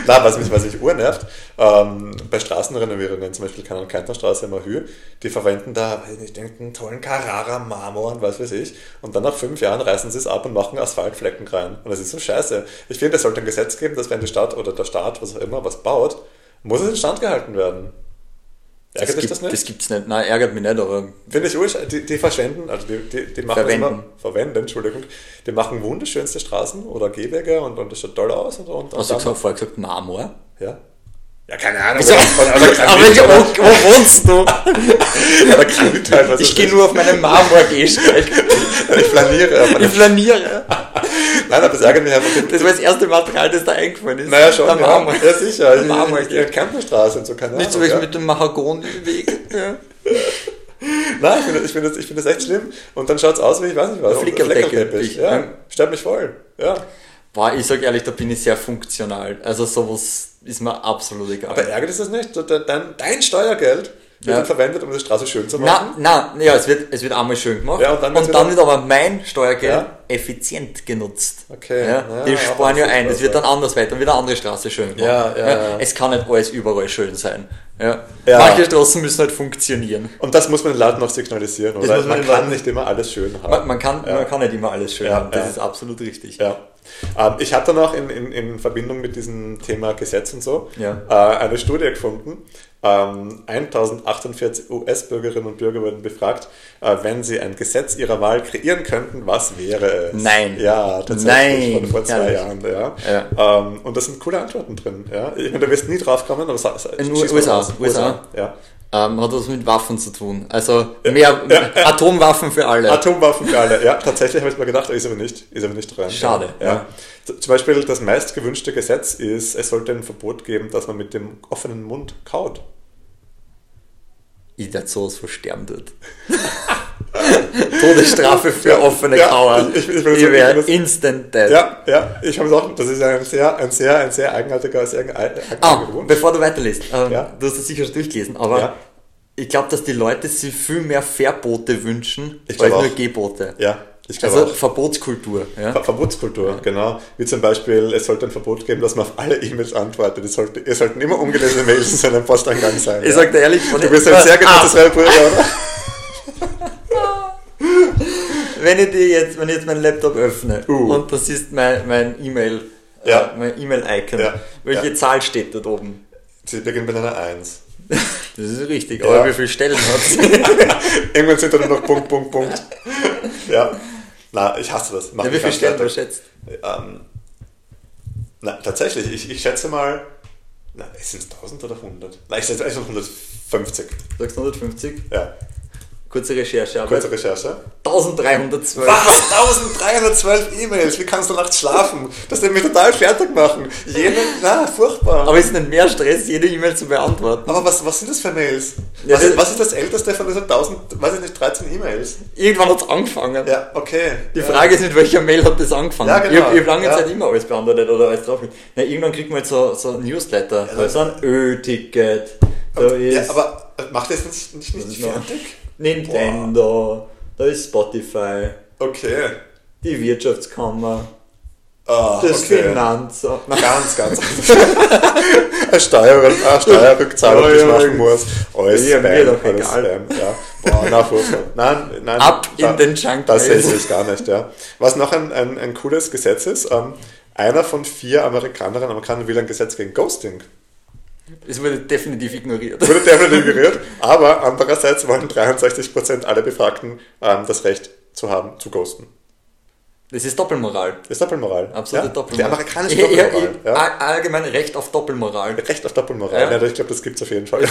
S2: Na, was mich, was mich urnervt, ähm, bei Straßenrenovierungen, zum Beispiel keine Ahnung, Kärntnerstraße, Mahü, die verwenden da, weiß ich nicht, irgendeinen tollen Carrara-Marmor und was weiß ich. Und dann nach fünf Jahren reißen sie es ab und machen Asphaltflecken rein. Und das ist so scheiße. Ich finde, es sollte ein Gesetz geben, dass wenn die Stadt oder der Staat, was auch immer, was baut, muss es instand gehalten werden.
S1: Das,
S2: Ärgert dich
S1: gibt,
S2: das
S1: das,
S2: nicht?
S1: gibt's nicht. Nein, ärgert mich nicht, aber
S2: Finde ich ursch, die, die verschwenden, also die, die, die machen das
S1: Verwenden.
S2: Immer, verwenden, Entschuldigung, die machen wunderschönste Straßen oder Gehwege und, und das schaut toll aus und, und, und
S1: hast du
S2: dann-
S1: gesagt, vorher gesagt Marmor?
S2: ja. Ja, keine Ahnung.
S1: So,
S2: oder- oder- oder-
S1: aber ich,
S2: oder-
S1: wo, wo wohnst du?
S2: oder Granit halt, was
S1: Ich
S2: weiß
S1: gehe
S2: ich.
S1: nur auf meinen Marmorgehsteig.
S2: Ich flaniere. aber-
S1: Ich flaniere.
S2: Nein, aber das ärgert mich einfach.
S1: Das war das erste Material, das da eingefallen ist.
S2: Naja, schon.
S1: Der Marmor.
S2: Ja, ja sicher.
S1: Der Marmor.
S2: Die Kärntnerstraße und so, keine Ahnung.
S1: Nicht so wie
S2: ja.
S1: mit dem Mahagoni-Weg. Ja.
S2: Nein, ich finde das, ich find das, ich find das echt schlimm. Und dann schaut es aus wie, ich weiß nicht was.
S1: Ein Flickerteppich.
S2: Flickerteppich, Ja,
S1: Ja.
S2: stört mich voll. Ja.
S1: Boah, ich sag ehrlich, da bin ich sehr funktional. Also sowas ist mir absolut egal.
S2: Aber ärgert es das nicht? So, de- Dein, dein Steuergeld wird
S1: Ja.
S2: dann verwendet, um die Straße schön zu machen.
S1: na, na, ja, es wird, es wird einmal schön gemacht.
S2: Ja, und
S1: und
S2: dann
S1: dann,
S2: wird's wieder-
S1: wird aber mein Steuergeld
S2: Ja.
S1: effizient genutzt.
S2: Okay.
S1: Ja,
S2: Ja,
S1: die
S2: ja,
S1: sparen ja
S2: auch
S1: ein, es wird
S2: super.
S1: dann anders weiter, wieder eine andere Straße schön gemacht.
S2: Ja, ja, ja.
S1: Es kann nicht alles überall schön sein. Ja.
S2: Ja.
S1: Manche Straßen müssen halt funktionieren.
S2: Und das muss man den Leuten auch signalisieren, oder?
S1: muss man
S2: Man
S1: den
S2: kann
S1: Leuten-
S2: nicht immer alles schön haben.
S1: Man, man, kann, man kann nicht immer alles schön
S2: Ja,
S1: haben, das
S2: ja.
S1: ist absolut richtig.
S2: Ja. Ähm, ich habe dann auch in, in, in Verbindung mit diesem Thema Gesetz und so
S1: Ja.
S2: äh, eine Studie gefunden. Ähm, 1048 US-Bürgerinnen und Bürger wurden befragt, äh, wenn sie ein Gesetz ihrer Wahl kreieren könnten, was wäre es?
S1: Nein.
S2: Ja, tatsächlich.
S1: Nein.
S2: Von vor zwei
S1: Herrlich.
S2: Jahren, ja. Ähm, und das sind coole Antworten drin. Ja. Ich meine, du wirst nie drauf kommen, aber sa- sa-
S1: In
S2: schieß mal
S1: USA,
S2: raus.
S1: USA.
S2: Ja.
S1: Ähm, hat was mit Waffen zu tun. Also mehr Atomwaffen für alle.
S2: Atomwaffen für alle. Ja, tatsächlich habe ich mir gedacht, ist aber nicht, ist aber nicht dran.
S1: Schade,
S2: Ja.
S1: ja.
S2: Z- Zum Beispiel das meistgewünschte Gesetz ist, es sollte ein Verbot geben, dass man mit dem offenen Mund kaut.
S1: Ich der sowas versterben tut. Todesstrafe für offene
S2: ja,
S1: Kauer.
S2: ich-
S1: Ich,
S2: ich- ich will das-
S1: wäre
S2: ich will das-
S1: instant dead.
S2: Ja, ja, ich habe es auch. Das ist ein sehr, ein sehr, ein sehr eigenartiger, sehr eigenartiger
S1: Ah,
S2: Wunsch.
S1: bevor du weiterliest, ähm,
S2: Ja.
S1: du hast es sicher schon durchgelesen, aber
S2: Ja.
S1: ich glaube, dass die Leute sich viel mehr Verbote wünschen
S2: Ich
S1: als
S2: glaub
S1: nur
S2: auch.
S1: Gebote.
S2: Ja, ich glaube
S1: Also
S2: auch.
S1: Verbotskultur. Ja?
S2: Ver Verbotskultur, genau. Wie zum Beispiel, es sollte ein Verbot geben, dass man auf alle E-Mails antwortet. Es, sollte, es sollten immer ungelesene Mails in seinem Posteingang sein.
S1: Ich
S2: ja.
S1: sag dir ehrlich, wenn
S2: du
S1: ich-
S2: bist ein sehr
S1: Ah,
S2: genutztes Bürger, oder?
S1: wenn ich dir jetzt, wenn ich jetzt meinen Laptop öffne
S2: Uh.
S1: und das ist mein mein E-Mail,
S2: Ja.
S1: äh, mein E-Mail-Icon,
S2: Ja.
S1: welche
S2: Ja.
S1: Zahl steht dort oben?
S2: Sie beginnen mit einer Eins.
S1: Das ist richtig,
S2: Ja.
S1: aber wie viele Stellen hat's?
S2: Irgendwann sind da nur noch Punkt, Punkt, Punkt. Ja. Na, ich hasse das. Mach
S1: Ja, wie
S2: mich
S1: viele
S2: ganz
S1: Stellen
S2: fertig.
S1: überschätzt?
S2: Ähm, na, tatsächlich, ich, ich schätze mal, na, sind es 1000 oder 100? Nein, ich schätze eigentlich 150.
S1: Sagst 150?
S2: Ja,
S1: Kurze Recherche, aber
S2: kurze Recherche.
S1: 1312.
S2: Was? 1312 E-Mails? Wie kannst du nachts schlafen? Das wird mich total fertig machen. Jene, na, furchtbar.
S1: Aber ist nicht mehr Stress, jede E-Mail zu beantworten.
S2: Aber was, was sind das für Mails?
S1: Ja,
S2: was, ist,
S1: das-
S2: was ist das älteste von diesen 1000, weiß ich nicht, 13 E-Mails?
S1: Irgendwann hat's angefangen.
S2: Ja, okay.
S1: Die
S2: ja.
S1: Frage ist mit welcher Mail hat das angefangen?
S2: Ja, genau.
S1: Ich habe hab lange
S2: Ja.
S1: Zeit immer alles beantwortet oder alles drauf. Na, irgendwann kriegt man jetzt so, so ein Newsletter,
S2: Ja,
S1: so ein Ö-Ticket, da
S2: Ja,
S1: ist
S2: aber äh, macht das nicht, nicht, nicht
S1: ist Äh, noch?
S2: fertig?
S1: Nintendo, da ist Spotify,
S2: Okay.
S1: die Wirtschaftskammer,
S2: Ah,
S1: das
S2: okay.
S1: Finanzamt. Nein,
S2: Ganz, ganz. eine, Steuer, eine Steuerrückzahlung, die ich
S1: Ja,
S2: machen muss. Alles
S1: Ja,
S2: Spam,
S1: mir doch
S2: alles
S1: egal.
S2: Spam. Ja. Boah, na, furchtbar. Nein, nein.
S1: Ab
S2: da-
S1: in den Junk
S2: Das sehe
S1: Mail.
S2: ich jetzt gar nicht, ja. Was noch ein, ein, ein cooles Gesetz ist, ähm, einer von vier Amerikanerinnen und Amerikanern will ein Gesetz gegen Ghosting.
S1: Es wurde definitiv ignoriert.
S2: Wurde definitiv ignoriert, aber andererseits wollen 63% aller Befragten ähm, das Recht zu haben, zu ghosten.
S1: Das ist Doppelmoral.
S2: Ist Doppelmoral.
S1: Absolute
S2: ja?
S1: Doppelmoral.
S2: Die amerikanische
S1: Ja, ja,
S2: Doppelmoral.
S1: ja.
S2: ja.
S1: All- Allgemein Recht auf Doppelmoral.
S2: Recht auf Doppelmoral. Ja.
S1: Ja.
S2: ich glaube, das gibt es auf jeden Fall.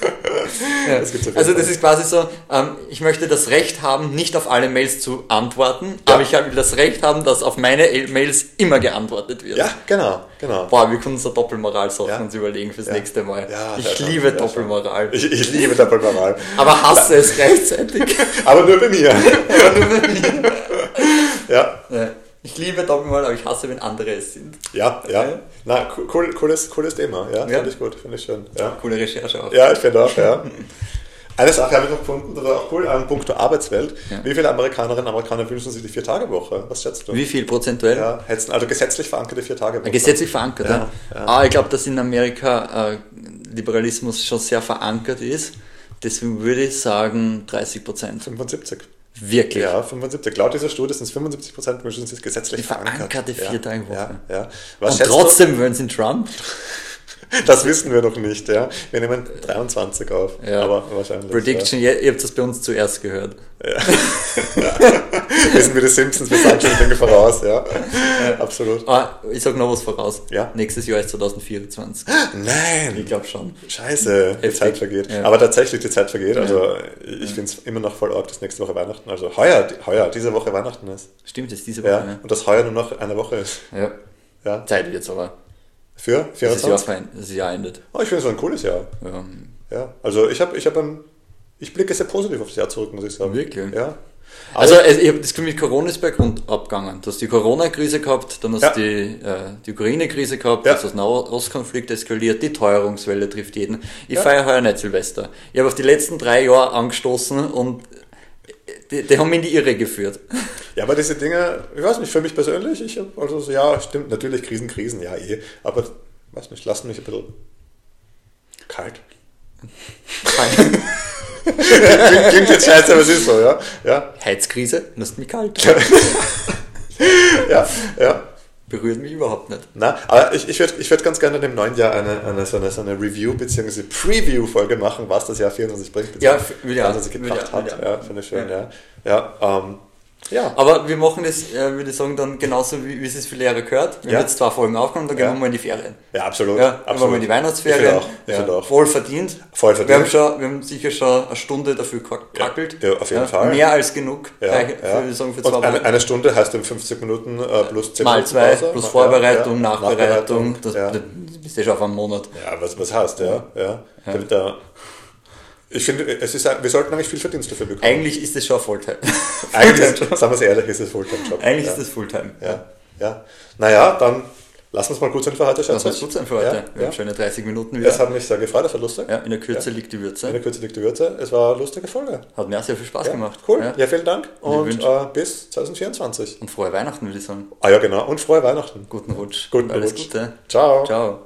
S2: Das gibt's auf jeden
S1: also
S2: Fall.
S1: das ist quasi so, ähm, ich möchte das Recht haben, nicht auf alle Mails zu antworten, aber ich will das Recht haben, dass auf meine E- Mails immer geantwortet wird.
S2: ja, genau, genau.
S1: Boah, wir können uns da Doppelmoral-Sachen
S2: Ja.
S1: uns überlegen fürs
S2: Ja.
S1: nächste Mal.
S2: Ja,
S1: ich
S2: sehr schön,
S1: liebe
S2: sehr
S1: Doppelmoral.
S2: Ich, ich liebe Doppelmoral.
S1: Aber hasse es gleichzeitig.
S2: Aber nur bei mir. ja,
S1: Ja. ich liebe Doppelmoral, aber ich hasse, wenn andere es sind.
S2: ja, ja. Na, cool- cool, cooles, cooles Thema. Ja,
S1: Ja.
S2: finde ich gut, finde ich schön. Ja,
S1: Coole Recherche auch.
S2: ja ich finde auch, ja. Eine Sache habe ich noch gefunden, das war auch cool, an puncto Arbeitswelt.
S1: Ja.
S2: Wie viele Amerikanerinnen und Amerikaner wünschen sich die Vier-Tage-Woche? Was schätzt du?
S1: Wie viel prozentuell?
S2: Ja, hättest, also gesetzlich verankerte Vier-Tage-Woche.
S1: Gesetzlich verankert,
S2: Ja,
S1: ja. Aber ich glaube, dass in Amerika äh, Liberalismus schon sehr verankert ist. Deswegen würde ich sagen 30 Prozent.
S2: 75.
S1: Wirklich.
S2: Ja, 75. Laut dieser Studie sind es 75 Prozent wünschen sich gesetzlich
S1: Die verankerte
S2: ja,
S1: Viertagewoche.
S2: Ja, ja. Was
S1: Und
S2: schätzt
S1: trotzdem wollen sie Trump.
S2: Das wissen wir noch nicht, ja. Wir nehmen 23 auf,
S1: Ja.
S2: aber wahrscheinlich.
S1: Prediction, ihr, ihr habt das bei uns zuerst gehört.
S2: Ja. Wir sind wie die Simpsons, wir sagen schon Dinge voraus, ja. Absolut.
S1: Ah, ich sag noch was voraus.
S2: Ja.
S1: Nächstes Jahr ist 2024.
S2: Nein!
S1: Ich glaube schon.
S2: Scheiße, die
S1: Heftig.
S2: Zeit vergeht.
S1: Ja.
S2: Aber tatsächlich, die Zeit vergeht. Also ich finde es immer noch voll arg, dass nächste Woche Weihnachten, also heuer, heuer, diese Woche Weihnachten ist.
S1: Stimmt, es ist diese
S2: Ja.
S1: Woche.
S2: Und dass heuer nur noch eine Woche ist.
S1: Ja. ja.
S2: Ja.
S1: Zeit wird's aber.
S2: Für
S1: Das Jahr,
S2: 24?
S1: verein- das Jahr endet.
S2: Oh, ich finde es ein cooles Jahr.
S1: Ähm,
S2: Ja. Also ich habe, ich habe ein, ich blicke sehr positiv auf das Jahr zurück, muss ich sagen.
S1: Wirklich?
S2: Ja.
S1: Also, es- ich habe das Gefühl, mit Corona ist bei Grund abgegangen. Du hast die Corona-Krise gehabt, dann hast du
S2: Ja.
S1: die, äh, die Ukraine-Krise gehabt,
S2: Ja.
S1: jetzt hast du den Ostkonflikt eskaliert, die Teuerungswelle trifft jeden. Ich
S2: Ja.
S1: feier feiere heuer nicht Silvester. Ich habe auf die letzten drei Jahre angestoßen und äh, die, die haben mich in die Irre geführt.
S2: Ja, aber diese Dinge, ich weiß nicht, für mich persönlich, ich hab- also so, ja, stimmt, natürlich Krisen, Krisen, ja eh, aber weiß nicht, lassen mich ein bisschen kalt. Klingt, klingt jetzt scheiße, aber es ist so, ja. Ja,
S1: Heizkrise, lässt mich kalt.
S2: ja, ja.
S1: Berührt mich überhaupt nicht.
S2: Na, aber ich, ich würde ich würd ganz gerne in dem neuen Jahr eine, eine, so, eine, so eine Review bzw. Preview-Folge machen, was das Jahr 24 bringt.
S1: Ja,
S2: beziehungsweise
S1: f- ja,
S2: was es
S1: will
S2: gebracht
S1: ja,
S2: hat.
S1: will
S2: Ja,
S1: ja.
S2: finde ich schön, ja. Ja, ähm, ja.
S1: Aber wir machen das, äh, würde ich sagen, dann genauso, wie, wie es es für Lehrer gehört. Wir
S2: Ja.
S1: haben jetzt zwei Folgen aufgenommen, dann gehen
S2: Ja.
S1: wir mal in die Ferien.
S2: ja, absolut.
S1: Ja,
S2: absolut.
S1: aber mal in die
S2: Ich
S1: Weihnachtsferien.
S2: finde auch, ich
S1: ja.
S2: finde auch.
S1: Voll verdient.
S2: Voll verdient.
S1: Wir haben, schon, wir haben sicher schon eine Stunde dafür gekackelt.
S2: Ja, auf jeden Fall.
S1: Mehr als genug.
S2: Ja,
S1: Gleich-
S2: ja.
S1: Für, sagen, für zwei
S2: und eine,
S1: Wochen.
S2: eine Stunde heißt dann 50 Minuten äh, plus 10
S1: Mal
S2: Minuten
S1: zwei,
S2: Pause.
S1: plus
S2: Ja,
S1: Vorbereitung,
S2: ja,
S1: Nachbereitung. Das,
S2: ja.
S1: das bist du schon auf einen Monat.
S2: ja, was, was heißt, ja. ja. Damit, äh, ich finde, es ist, ein- wir sollten eigentlich viel Verdienst dafür bekommen.
S1: Eigentlich ist das schon ein Fulltime.
S2: Eigentlich, sagen wir es ehrlich, ist es Fulltime-Job.
S1: Eigentlich
S2: ja.
S1: ist das Fulltime.
S2: Ja, ja. Naja, dann lass uns mal gut sein für heute,
S1: Das
S2: Schatz.
S1: muss gut sein für heute. wir
S2: Ja, ja.
S1: haben schöne 30 Minuten
S2: Es
S1: wieder.
S2: hat mich sehr gefreut, es war lustig.
S1: Ja, in der Kürze
S2: Ja.
S1: liegt die
S2: In der
S1: Würze.
S2: Kürze liegt die Würze. Es war eine lustige Folge.
S1: Hat mir auch sehr viel Spaß
S2: Ja,
S1: gemacht.
S2: Cool.
S1: Ja.
S2: Ja, vielen Dank und
S1: wünsche-
S2: äh, bis 2024.
S1: Und frohe Weihnachten, würde ich sagen.
S2: Ah ja, genau. Und frohe Weihnachten.
S1: Guten Rutsch.
S2: Guten
S1: Und Alles
S2: Rutsch.
S1: Gute.
S2: Ciao.
S1: Ciao.